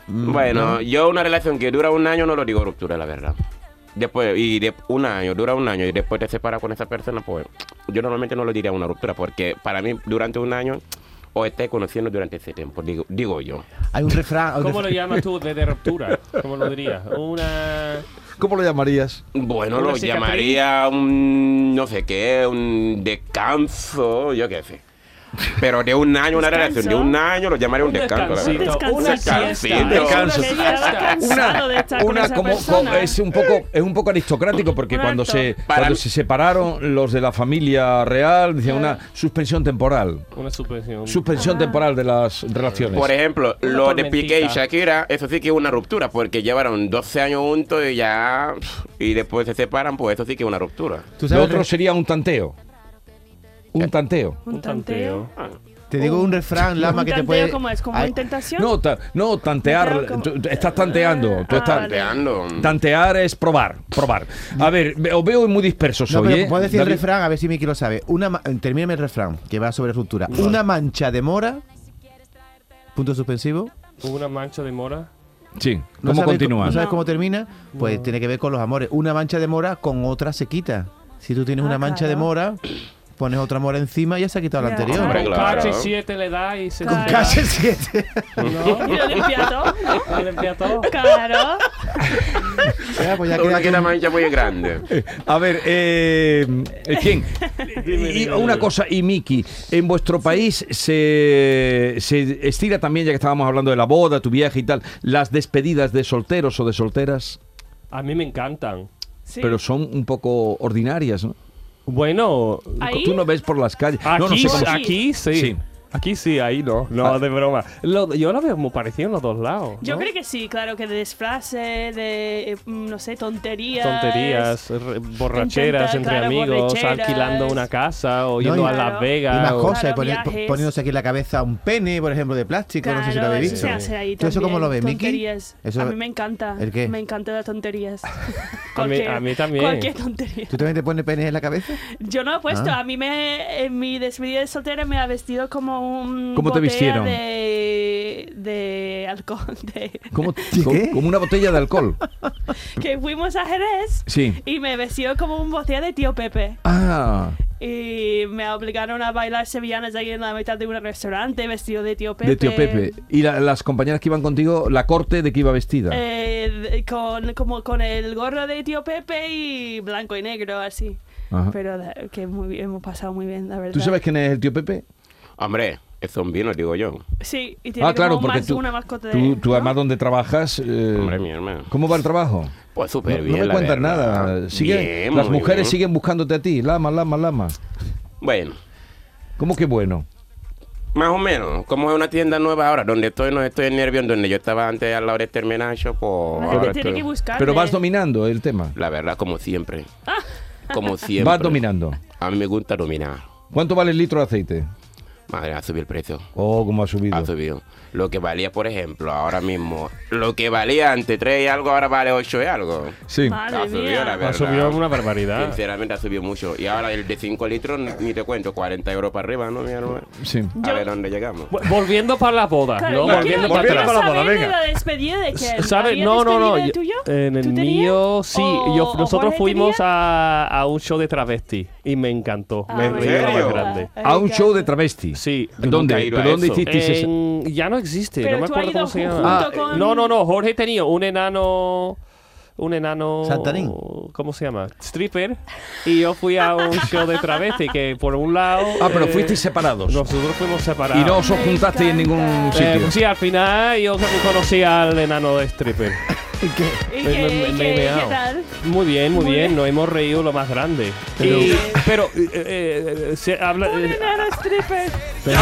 E: Mm,
F: Bueno, yo una relación que dura un año no lo digo ruptura, la verdad. Después, y de un año, dura un año y después te separas con esa persona, pues yo normalmente no lo diría una ruptura, porque para mí durante un año o esté conociendo durante ese tiempo, digo, digo yo.
E: Hay un refrán. hay un
B: ¿Cómo lo
E: refrán-
B: llamas tú de, de ruptura? ¿Cómo lo dirías? Una.
D: ¿Cómo lo llamarías?
F: Bueno,
B: ¿Una
F: lo
B: cicatriz?
F: llamaría un, no sé qué, un descanso, yo qué sé. Pero de un año, una
C: ¿Descanso?
F: relación de un año lo llamaría un descanso, la verdad.
B: descansito,
C: Un
B: una
C: descansito.
B: siesta.
F: Un descanso.
B: Es
C: Uno
B: una
C: ya estaba
B: siesta.
C: cansado de estar con esa
D: como,
C: persona.
D: co- es un poco es un poco aristocrático porque
C: Un
D: cuando
C: acto.
D: se
F: Para
D: cuando
F: mí-
D: se separaron los de la familia real decía una suspensión temporal
B: Una suspensión.
D: suspensión
C: Ah.
D: temporal de las relaciones
F: Por ejemplo,
B: Una
F: lo de Piqué y
B: tormentita.
F: Shakira, eso sí que es una ruptura, porque llevaron 12 años juntos y ya. Y después se separan, pues eso sí que es una ruptura.
E: ¿Tú
D: lo
E: sabes el
D: otro sería un tanteo un tanteo
C: Un tanteo.
F: Ah,
E: Te digo un refrán, Lama,
C: Un
E: que te
C: tanteo
E: puede.
C: como es, como
E: Ay,
C: una tentación.
D: no ta- no tantear
C: Tanteo como-
D: tú- tú estás tanteando tú
C: Ah,
D: estás
C: vale.
F: Tanteando.
D: Mm. tantear es probar probar a ver ve- os veo muy dispersos
E: No,
D: hoy ¿eh?
E: pero puedes decir el
D: David,
E: refrán, a ver si Miki lo sabe. Una ma- Termíname el refrán, que va sobre ruptura. Una mancha de mora. Punto suspensivo.
B: Una mancha de mora.
D: sí
E: No
D: cómo
E: sabes-
D: continúa
E: ¿No sabes
C: No.
E: cómo termina? Pues tiene que ver con los amores. Una mancha de mora con otra se quita. Si tú tienes
C: Ah,
E: una mancha de
C: claro.
E: mora, pones otra mora encima y ya se ha quitado la
C: Ya.
E: anterior.
F: Hombre,
B: Con
F: claro.
B: cache 7 le da y se.
C: Con
B: se-
E: Casi siete.
B: No,
C: Y lo limpia todo, ¿no?
B: no limpia todo.
C: Claro.
E: Ya, pues ya
F: Una
E: queda
F: que era
E: un-
F: mancha muy grande.
D: A ver, eh, eh, ¿quién?
B: Dime,
D: Y
B: dime,
D: una
B: dime.
D: cosa, y Miki, en vuestro país se, se estira también, ya que estábamos hablando de la boda, tu viaje y tal, las despedidas de solteros o de solteras,
B: A mí me encantan.
C: Sí.
D: pero son un poco ordinarias, ¿no?
B: Bueno,
C: Ahí,
D: Tú no ves por las calles.
B: aquí,
D: no, no sé cómo-
B: aquí sí.
D: Sí.
B: Aquí sí, ahí no. No, de broma. Lo- yo la veo muy parecida en los dos lados.
C: Yo
B: ¿no?
C: creo que sí, claro, que de desfrace, de, eh, mm, no sé, tonterías.
B: Tonterías, re- borracheras
C: Intentar,
B: entre
C: claro,
B: amigos,
C: borracheras.
B: alquilando una casa o yendo a
C: claro.
B: Las
E: Y
B: Vegas.
E: más
B: o-
E: cosas,
C: Claro,
E: pone- po-
C: viajes.
E: poniéndose aquí en la cabeza un pene, por ejemplo, de plástico, no sé si lo
C: Claro,
E: habéis
C: eso
E: visto.
C: se hace ahí
E: ¿Tú eso
C: también,
E: cómo lo ves, Miki?
C: tonterías.
E: Eso-
C: A mí me encanta.
E: ¿El qué?
C: Me encantan las tonterías.
B: A mí-
C: Cualquier-
B: a mí también.
C: Cualquier tontería.
E: ¿Tú también te pones penes en la cabeza?
C: Yo no lo he puesto.
E: Ah.
C: A mí me, en mi despedida de soltera me ha vestido como un.
D: ¿Cómo te
C: botella
D: vistieron?
C: De, de alcohol. de-
D: ¿Cómo,
E: ¿Sí,
D: co-
E: qué?
D: como una botella de alcohol.
C: que fuimos a Jerez
D: Sí.
C: y me vestido como un botella de tío Pepe.
D: Ah,
C: Y me obligaron a bailar sevillanas ahí en la mitad de un restaurante vestido de tío Pepe.
D: de tío Pepe. ¿Y la- las compañeras que iban contigo, la corte de que iba vestida?
C: Eh, de- con, como con el gorro de tío Pepe y blanco y negro, así.
D: Ajá.
C: Pero la- que muy bien, hemos pasado muy bien, la verdad.
D: ¿Tú sabes quién es el tío Pepe?
F: Hombre, es un vino, digo yo.
C: Sí, y tiene
D: Ah, claro,
C: como
D: porque
C: mas-
D: tú,
C: una mascota de...
D: tú, tú
C: ¿no?
D: además donde trabajas... eh,
F: Hombre, mi hermano.
D: ¿Cómo va el trabajo?
F: Pues
D: No,
F: súper
D: no
F: bien.
D: me
F: la
D: cuentas
F: verdad.
D: nada. Sigue-
F: Bien,
D: las
F: muy
D: mujeres
F: bien.
D: siguen buscándote a ti. Lama, lama, lama.
F: Bueno,
D: ¿Cómo que bueno?
F: más o menos. Como es una tienda nueva ahora, donde estoy, no estoy en nervios, donde yo estaba antes al lado de Terminacho,
C: La
F: pues.
C: gente
F: ahora
C: tiene
F: estoy-
C: que buscarle.
D: Pero vas dominando el tema.
F: La verdad, como siempre. Como siempre.
D: Vas dominando.
F: A mí me gusta dominar.
D: ¿Cuánto vale el litro de aceite?
F: Madre, ha subido el precio.
D: Oh, cómo ha subido.
F: Ha subido. Lo que valía, por ejemplo, ahora mismo. Lo que valía antes 3 y algo, ahora vale 8 y algo.
D: Sí.
C: Madre
F: ha subido,
C: mía.
F: la verdad.
B: Ha subido una barbaridad.
F: Sinceramente, ha subido mucho. Y ahora el de 5 litros, ni te cuento, 40 euros para arriba, ¿no, mi hermano?
D: Sí.
F: A ver dónde llegamos.
B: Vol- Volviendo para la boda,
C: Claro,
B: ¿no?
C: yo
B: Volviendo
C: quiero,
B: para
C: quiero
B: atrás.
D: para la boda,
C: saber de
D: venga.
C: la despedida de quién.
B: ¿Sabe?
C: ¿Había
B: No, no,
C: despedida
B: no.
C: del
B: yo-
C: tuyo?
B: En
C: ¿Tú
B: el
C: tenías?
B: mío sí.
C: ¿O-
B: Yo,
C: o
B: nosotros
C: Jorge
B: fuimos
C: tenía?
B: a, a un show de travesti y me encantó.
C: Ah,
B: me
C: me
B: reí de lo más
F: encanta.
B: grande.
C: Ay,
D: A un
C: qué
D: show de
C: asco.
D: travesti.
B: Sí.
F: Yo
D: ¿Dónde?
F: nunca he ido
D: ¿Pero
F: a
D: dónde
F: eso.
D: hiciste ese-
B: En- "Mm, ya no existe,
C: Pero
B: no me
C: tú has
B: acuerdo
C: ido
B: cómo se
C: junto
B: llama.
D: Ah,
C: con-
B: No, no, no, Jorge tenía un enano. Un enano.
E: Saltarín.
B: ¿Cómo se llama? Stripper. Y yo fui a un show de travesti que por un lado.
D: Ah, pero
B: eh,
D: fuisteis separados.
B: Nosotros fuimos separados.
D: Y no os
C: Me
D: juntasteis en ningún
C: encanta.
B: Eh,
D: sitio.
B: sí, al final yo conocí al enano de stripper.
C: ¿Y
B: Me-
C: qué,
B: me- me-
C: y
B: me
C: qué-
B: he
C: qué
B: meado.
C: tal?
B: Muy bien, muy,
C: Muy
B: bien.
C: bien.
B: Nos hemos reído lo más grande. Pero, pero eh, eh, eh, se habla.
C: Un
B: eh,
C: enano stripper.
F: Yo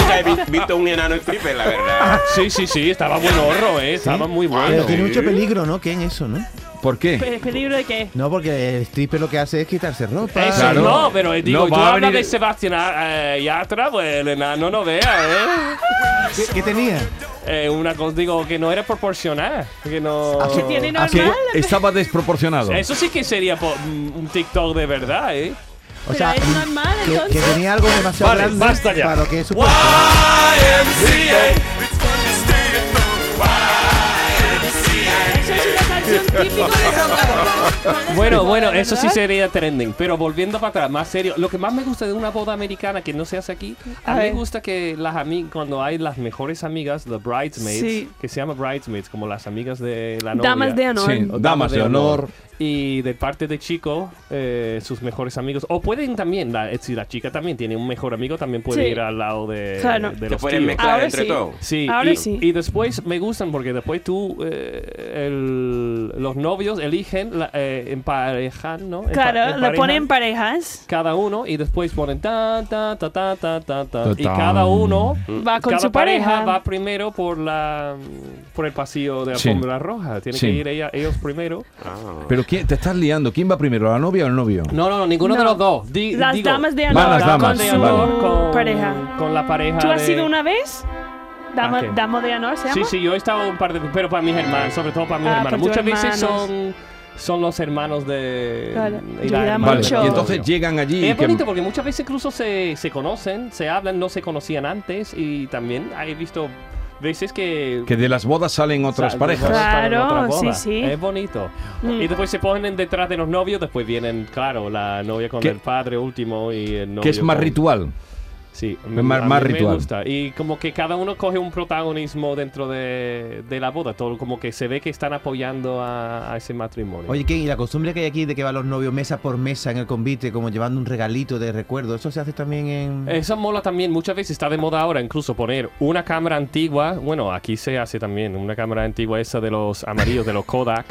F: nunca he vi- visto un enano stripper, la verdad.
B: sí, sí, sí. Estaba buen horro, eh. Estaba
D: Ah,
B: muy bueno.
E: Pero tiene mucho peligro, ¿no? ¿Qué en eso, no?
D: ¿Por qué?
C: ¿Pe- ¿Peligro de qué?
E: No, porque el stripper lo que hace es quitarse ropa.
B: Eso
D: Claro.
B: no, pero eh, digo,
D: No,
B: tú
D: va a
B: hablas de
D: venir-
B: Sebastián eh, Yatra, pues el enano no vea,
E: ¿Qué, qué tenía?
B: ¿eh? Eh, Una cosa, digo, que no era proporcional. Que no.
C: ¿Que tiene
D: Ah, que
C: normal?
D: estaba desproporcionado.
B: Eso sí que sería po- mm, un TikTok de verdad, eh.
E: O
C: Pero
E: sea, mm,
C: es normal,
E: que, que
C: entonces.
E: tenía algo demasiado
B: Vale,
E: grande
B: basta ya.
E: para lo que es su
C: Eso es una canción típica de Japón.
B: Bueno, bueno,
C: ¿Verdad?
B: eso sí sería trending. Pero volviendo para atrás, más serio. Lo que más me gusta de una boda americana que no se hace aquí, a,
C: A
B: mí me
C: ver.
B: gusta que las amigas, cuando hay las mejores amigas, the bridesmaids,
C: Sí.
B: que se llama bridesmaids, como las amigas de la novia.
C: Damas de honor.
D: Sí.
B: o
D: Damas de honor.
B: Y de parte de chico, eh, sus mejores amigos. O pueden también, la- eh, si la chica también tiene un mejor amigo, también puede
C: Sí.
B: ir al lado de,
C: Claro.
B: de
F: Te
B: los
F: pueden
B: tíos.
F: mezclar
C: Ahora
F: entre
C: sí.
F: todos.
B: Sí,
C: Ah, Ahora
B: y,
C: sí.
B: y después me gustan porque después tú, eh, el- los novios eligen, la, eh, emparejan, ¿no? Empa-
C: Claro, lo
B: emparejan
C: ponen parejas.
B: cada uno y después ponen ta, ta, ta, ta, ta, ta, ta. Y
D: Ta-tan.
B: cada uno,
C: Va Ah, con
B: Mm. cada
C: su
B: pareja,
C: pareja.
B: va primero por la por el pasillo de la
D: Sí.
B: alfombra roja. Tienen
D: Sí.
B: que ir ella- ellos primero.
D: Pero quién, te estás liando. ¿Quién va primero, la novia o el novio?
B: No, no, no, ninguno
C: No.
B: de los dos. Di-
C: Las
B: digo,
C: damas de
D: Van
C: honor.
D: las damas,
C: con su
D: vale.
C: pareja.
B: Con la pareja.
C: ¿Tú has
B: de-
C: sido una vez? Dama,
B: ¿A qué?
C: damo de honor, ¿se llama?
B: Sí, sí, yo he estado un par de pero para mis hermanos, sobre todo para mis
C: Ah,
B: hermanos.
C: para tus
B: Muchas veces
C: hermanos.
B: son, son los hermanos de.
C: Claro,
B: y la
C: ayuda
B: hermana
D: Vale,
B: del
C: mucho.
D: y
B: novio.
D: entonces llegan allí. y
B: Es
D: que-
B: bonito porque muchas veces incluso se, se conocen, se hablan, no se conocían antes y también he visto veces que...
D: que de las bodas salen otras
B: sa-
D: parejas.
B: otras-
C: Claro,
B: otras bodas.
C: sí, sí.
B: Es bonito.
C: Mm.
B: Y después se ponen detrás de los novios, después vienen, claro, la novia con
D: Que-
B: el padre último y el novio...
D: que es más
B: con-
D: ritual.
B: Sí,
D: Es más-
B: a
D: más
B: mí
D: ritual.
B: Me gusta. Y como que cada uno coge un protagonismo dentro de, de la boda, todo como que se ve que están apoyando a, a ese matrimonio.
E: Oye, ¿qué? ¿Y la costumbre que hay aquí de que van los novios mesa por mesa en el convite, como llevando un regalito de recuerdo? ¿Eso se hace también en...?
B: Eso mola también, muchas veces está de moda ahora incluso poner una cámara antigua, bueno, aquí se hace también, una cámara antigua esa de los amarillos, de los Kodak,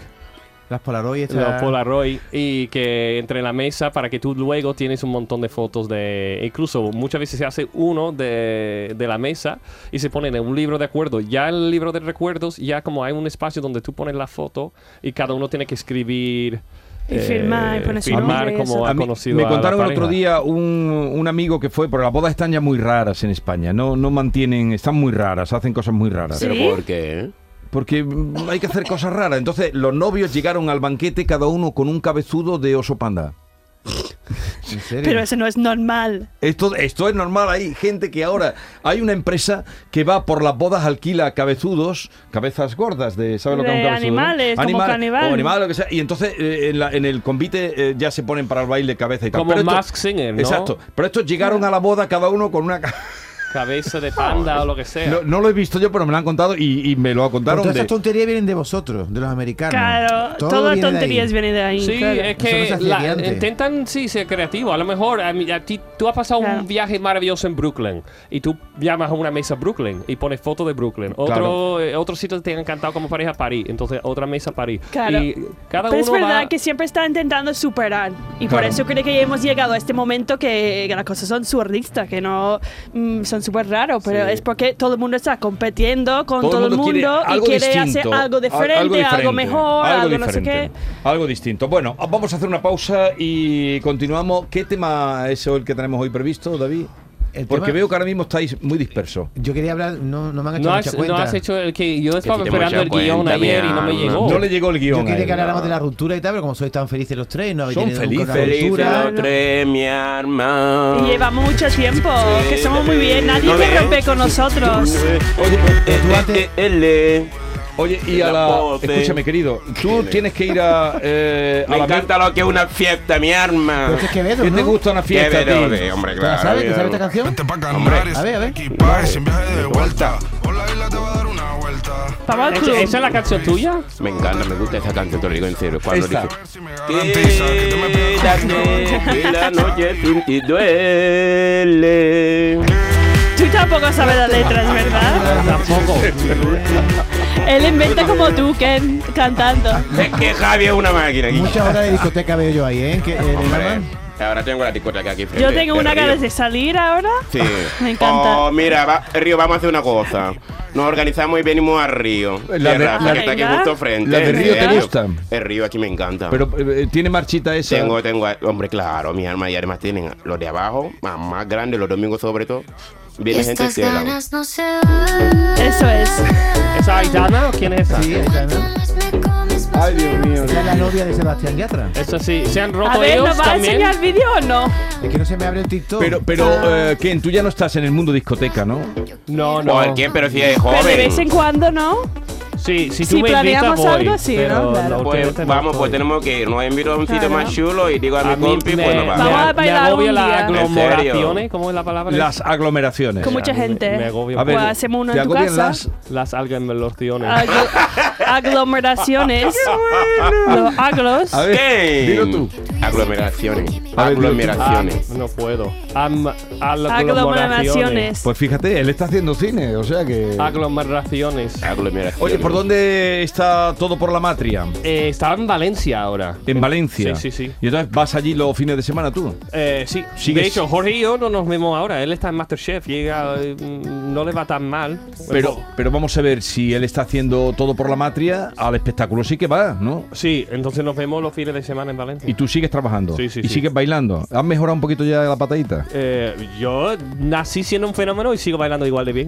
E: Las Polaroid estas-
B: los Polaroid y que entre la mesa para que tú luego tienes un montón de fotos de incluso muchas veces se hace uno de, de la mesa y se pone en un libro de acuerdo ya en el libro de recuerdos ya como hay un espacio donde tú pones la foto y cada uno tiene que escribir eh,
C: Y firmar, y poner su
B: firmar
C: nombre,
B: como
C: eso.
B: ha
D: A mí-
B: conocido
D: me
B: a la
D: contaron el otro
B: pareja.
D: día un, un amigo que fue, pero las bodas están ya muy raras en España. No, no mantienen, están muy raras, hacen cosas muy raras.
C: Sí.
F: Pero ¿por qué?
D: Porque mm, hay que hacer cosas raras. Entonces, los novios llegaron al banquete cada uno con un cabezudo de oso panda.
E: ¿En serio?
C: Pero eso no es normal.
D: Esto, esto es normal, hay gente que ahora hay una empresa que va por las bodas alquila cabezudos, cabezas gordas de ¿sabes lo que es un
C: De
D: cabezudo? no?
C: animales, como canibal.
D: o animal, lo que sea. Y entonces eh, en, la- en el convite eh, ya se ponen para el baile cabeza y tal.
B: Como
D: Pero esto-
B: Mask Singer, ¿no?
D: Exacto. Pero estos llegaron a la boda cada uno con una ca-
B: cabeza de panda o lo que sea
D: no, no lo he visto yo, pero me lo han contado y, y me lo
E: Pero
D: contaron
E: todas
D: de-
E: esas tonterías vienen de vosotros, de los americanos.
C: Claro,
E: Todo
C: todas las
E: viene de ahí.
C: tonterías vienen de ahí.
B: Sí,
C: claro.
B: es
E: Eso no se
B: que
E: hacía
B: la-
E: de antes.
B: intentan sí ser creativos. A lo mejor a, mí- a ti tú has pasado
C: Claro.
B: un viaje maravilloso en Brooklyn y tú llamas a una mesa Brooklyn y pones fotos de Brooklyn. Otro
D: Claro.
B: eh, otro sitio te ha encantado como pareja París, entonces otra mesa París.
C: Claro.
B: Y cada uno
C: Pero es verdad
B: va-
C: que siempre está intentando superar. Y por
D: Claro.
C: eso creo que hemos llegado a este momento que las cosas son surrealistas, que no mm, son súper raros. Pero
B: Sí.
C: es porque todo el mundo está compitiendo con todo, el mundo,
D: quiere
C: y
D: algo
C: quiere hacer
D: distinto,
C: algo
D: al-
C: diferente, algo, mejor, algo, no sé qué.
D: diferente, Algo distinto. Bueno, vamos a hacer una pausa y continuamos. ¿Qué tema es el que tenemos hoy previsto, David?
E: El
D: Porque
E: tema-
D: veo que ahora mismo estáis muy dispersos.
E: Yo quería hablar, no, no me han hecho
B: no
E: mucha
B: has, no
E: cuenta.
B: has hecho el que yo estaba
F: te hemos
B: esperando el
F: echado
B: guión
F: cuenta,
B: ayer y no me
F: mi
B: llegó.
F: alma.
D: No le llegó el
E: Oh. Yo
D: guión. a
E: quería
D: él.
E: que habláramos de la ruptura y tal, pero como sois tan felices los tres, no habéis
D: Son
E: tenido nunca una
D: felices.
F: Feliz
E: ruptura.
F: los tres, mi arma.
C: Y lleva mucho tiempo, que somos muy bien, nadie
F: No
C: quiere
F: le-
C: romper con nosotros.
D: Oye,
F: Eh,
E: Tú
F: eh,
E: antes-
F: eh, L.
D: oye, y a
F: La
D: la.
F: voz de-
D: Escúchame, querido. Tú tienes que ir a. eh, a
F: Me
D: la me-
F: encanta lo que es una fiesta, mi arma.
E: Pero es que es Quevedo,
D: ¿Qué
E: ¿no?
D: te gusta una
F: Qué
D: fiesta? a ti?
F: velote, hombre,
E: ¿Te la
F: claro.
E: sabes? ¿Te
F: mira.
E: sabes esta canción?
G: Vente pa'
F: Hombre.
G: Canarias,
E: A ver, a ver.
G: equipaje, sin viaje de vuelta. Por la isla te va a dar una vuelta.
C: Vamos al
B: ¿Esa-
C: club.
B: ¿Esa es la canción tuya?
F: Me encanta, me gusta esa canción, te lo digo en serio. Cuando
D: Esta.
F: dice,
G: A ver si me garantiza que tú me pegas un
F: Quédate, que la noche sin ti duele.
C: Tú tampoco sabes las letras, ¿verdad?
B: Tampoco.
C: Él inventa como tú, Ken, cantando.
F: Es que Javi es una máquina. Guille.
E: Muchas horas de discoteca veo yo ahí, ¿eh? Que, eh, de
F: Hombre,
E: Batman.
F: ahora tengo la discoteca aquí. frente,
C: Yo tengo una
F: perdido.
C: ganas de salir ahora.
F: Sí.
C: Me encanta.
F: Oh, mira, va- Río, vamos a hacer una cosa. Nos organizamos y venimos a Río.
D: La de-
F: Terraza,
D: la-
F: que está aquí
C: Venga.
F: justo frente.
D: ¿La de
F: en
D: Río te
F: serio.
D: gusta?
F: El Río aquí me encanta.
D: Pero eh, tiene marchita esa.
F: Tengo, tengo, hombre, claro, mi alma y además tienen los de abajo, más, más grandes, los domingos sobre todo. Viene gente
H: Estas
F: ciega.
H: ganas no se van.
C: Eso es.
B: ¿Esa Aitana o quién es esa?
E: Sí, ahí está, ¿no?
H: Me comes más
D: Ay, Dios mío.
E: Esta es la novia de Sebastián Yatra.
B: Esa sí. ¿Se han
C: A
B: roto
C: ver,
B: ellos
C: ¿nos va a
B: también?
C: enseñar el vídeo o no?
E: Es que no se me abre el TikTok.
D: Pero, pero eh, Ken, tú ya no estás en el mundo discoteca, ¿no?
B: No, no.
F: ¿Por qué? Pero si es
C: Pero de vez en
F: joven.
C: cuando, ¿no?
B: Sí, si tú
C: Si
B: me invitas,
C: planeamos
B: voy,
C: algo, sí, ¿no?
B: pero
C: Claro.
F: Pues,
B: últimamente no
F: vamos, pues
B: estoy.
F: tenemos que ir. Nos invito a un sitio
C: Claro.
F: más chulo y digo a, mi compi, pues nos
C: Vamos a
F: vamos.
C: bailar
B: me agobia
C: un
B: las
C: día.
F: ¿En serio?
B: aglomeraciones, ¿cómo es la palabra?
D: Las aglomeraciones.
C: Con mucha
B: a mí me-
C: gente.
B: me agobia.
D: A ver,
C: Pues hacemos uno
D: ¿te
C: en tu
D: agobian
C: casa.
D: las-
B: Las aglomeraciones.
C: Aglo- aglomeraciones. Los aglos.
D: A ver,
F: ¿Qué?
D: dilo tú. A
F: Aglomeraciones.
D: ver, dilo tú.
B: Ah,
F: aglomeraciones.
B: no puedo. Am- aglomeraciones.
C: Aglomeraciones.
D: Pues fíjate, él está haciendo cine, o sea que.
B: Aglomeraciones.
F: Aglomeraciones.
D: Ah, Oye, ¿por dónde está todo por la matria?
B: Eh, estaba en Valencia ahora.
D: En Valencia.
B: Sí, sí, sí.
D: Y entonces vas allí los fines de semana tú.
B: Eh, sí,
D: Sigues-
B: de hecho, Jorge y yo no nos vemos ahora. Él está en Masterchef, llega, eh, mm, no le va tan mal.
D: Pero, pero vamos a ver si él está haciendo todo por la matria, al espectáculo sí que va, ¿no?
B: Pues, Sí, entonces nos vemos los fines de semana en Valencia.
D: Y tú sigues trabajando.
B: Sí, sí,
D: y
B: sí.
D: sigues bailando. ¿Has mejorado un poquito ya la patadita?
B: Eh, yo nací siendo un fenómeno y sigo bailando igual de bien.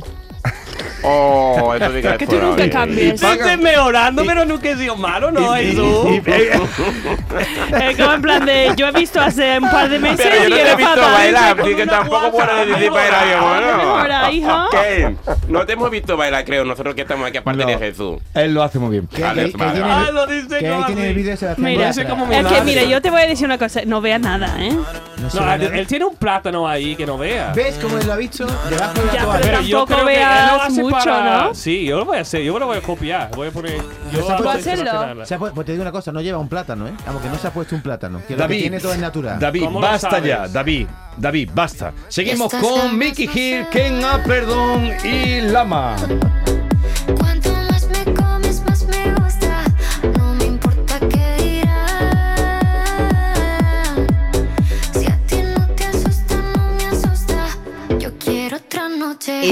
F: Oh, eso sí que es
C: Que tú nunca
F: probable.
C: cambies.
B: Estoy mejorando, pero nunca he sido malo, ¿no, Jesús?
C: Eh, como en plan de, yo he visto hace un par de meses
F: Pero yo no
C: y
F: te he
C: era
F: visto
C: fatal.
F: bailar,
B: con
F: así que
B: una guasa,
F: tampoco puedo decir
B: mejora,
F: bailar yo,
C: mejora, hijo.
F: ¿no? Ken, no te hemos visto bailar, creo, nosotros que estamos aquí aparte
D: No.
F: de Jesús.
D: Él lo hace muy bien.
E: Que-
F: Vale,
E: que- que
F: vale,
E: tiene-
F: vale.
B: Ah, lo dice
E: que ahí
B: como
E: tiene el
B: así.
E: vídeo de Sebastián
C: Mira,
E: Yatra.
B: Ese como mi
C: Es que,
B: madre.
C: mira, yo te voy a decir una cosa. No vea nada, ¿eh?
E: No se
B: No,
E: ve
B: él,
E: nada.
B: él tiene un plátano ahí que no vea.
E: ¿Ves cómo él lo ha visto? Debajo de la
C: Ya,
E: toalla.
C: pero- tampoco veas mucho, ¿no?
B: Sí, yo lo voy a hacer, yo me lo voy a copiar. Voy a poner. Yo
E: puede
B: hago
C: hacerlo.
B: sensacional.
E: Se ha pu- pues te digo una cosa, no lleva un plátano, ¿eh? Vamos, que no se ha puesto un plátano. Que lo que
D: David,
E: tiene todo es natural.
D: David,
B: ¿Cómo lo
D: basta
B: sabes?
D: ya, David, David, basta. Seguimos
H: Estas
D: con
H: ganas
D: Mickey
H: no
D: Hill,
H: se
D: Ken ah, Perdón y Lama.
H: Cuanto más me comes, más me gusta. No me importa que noche.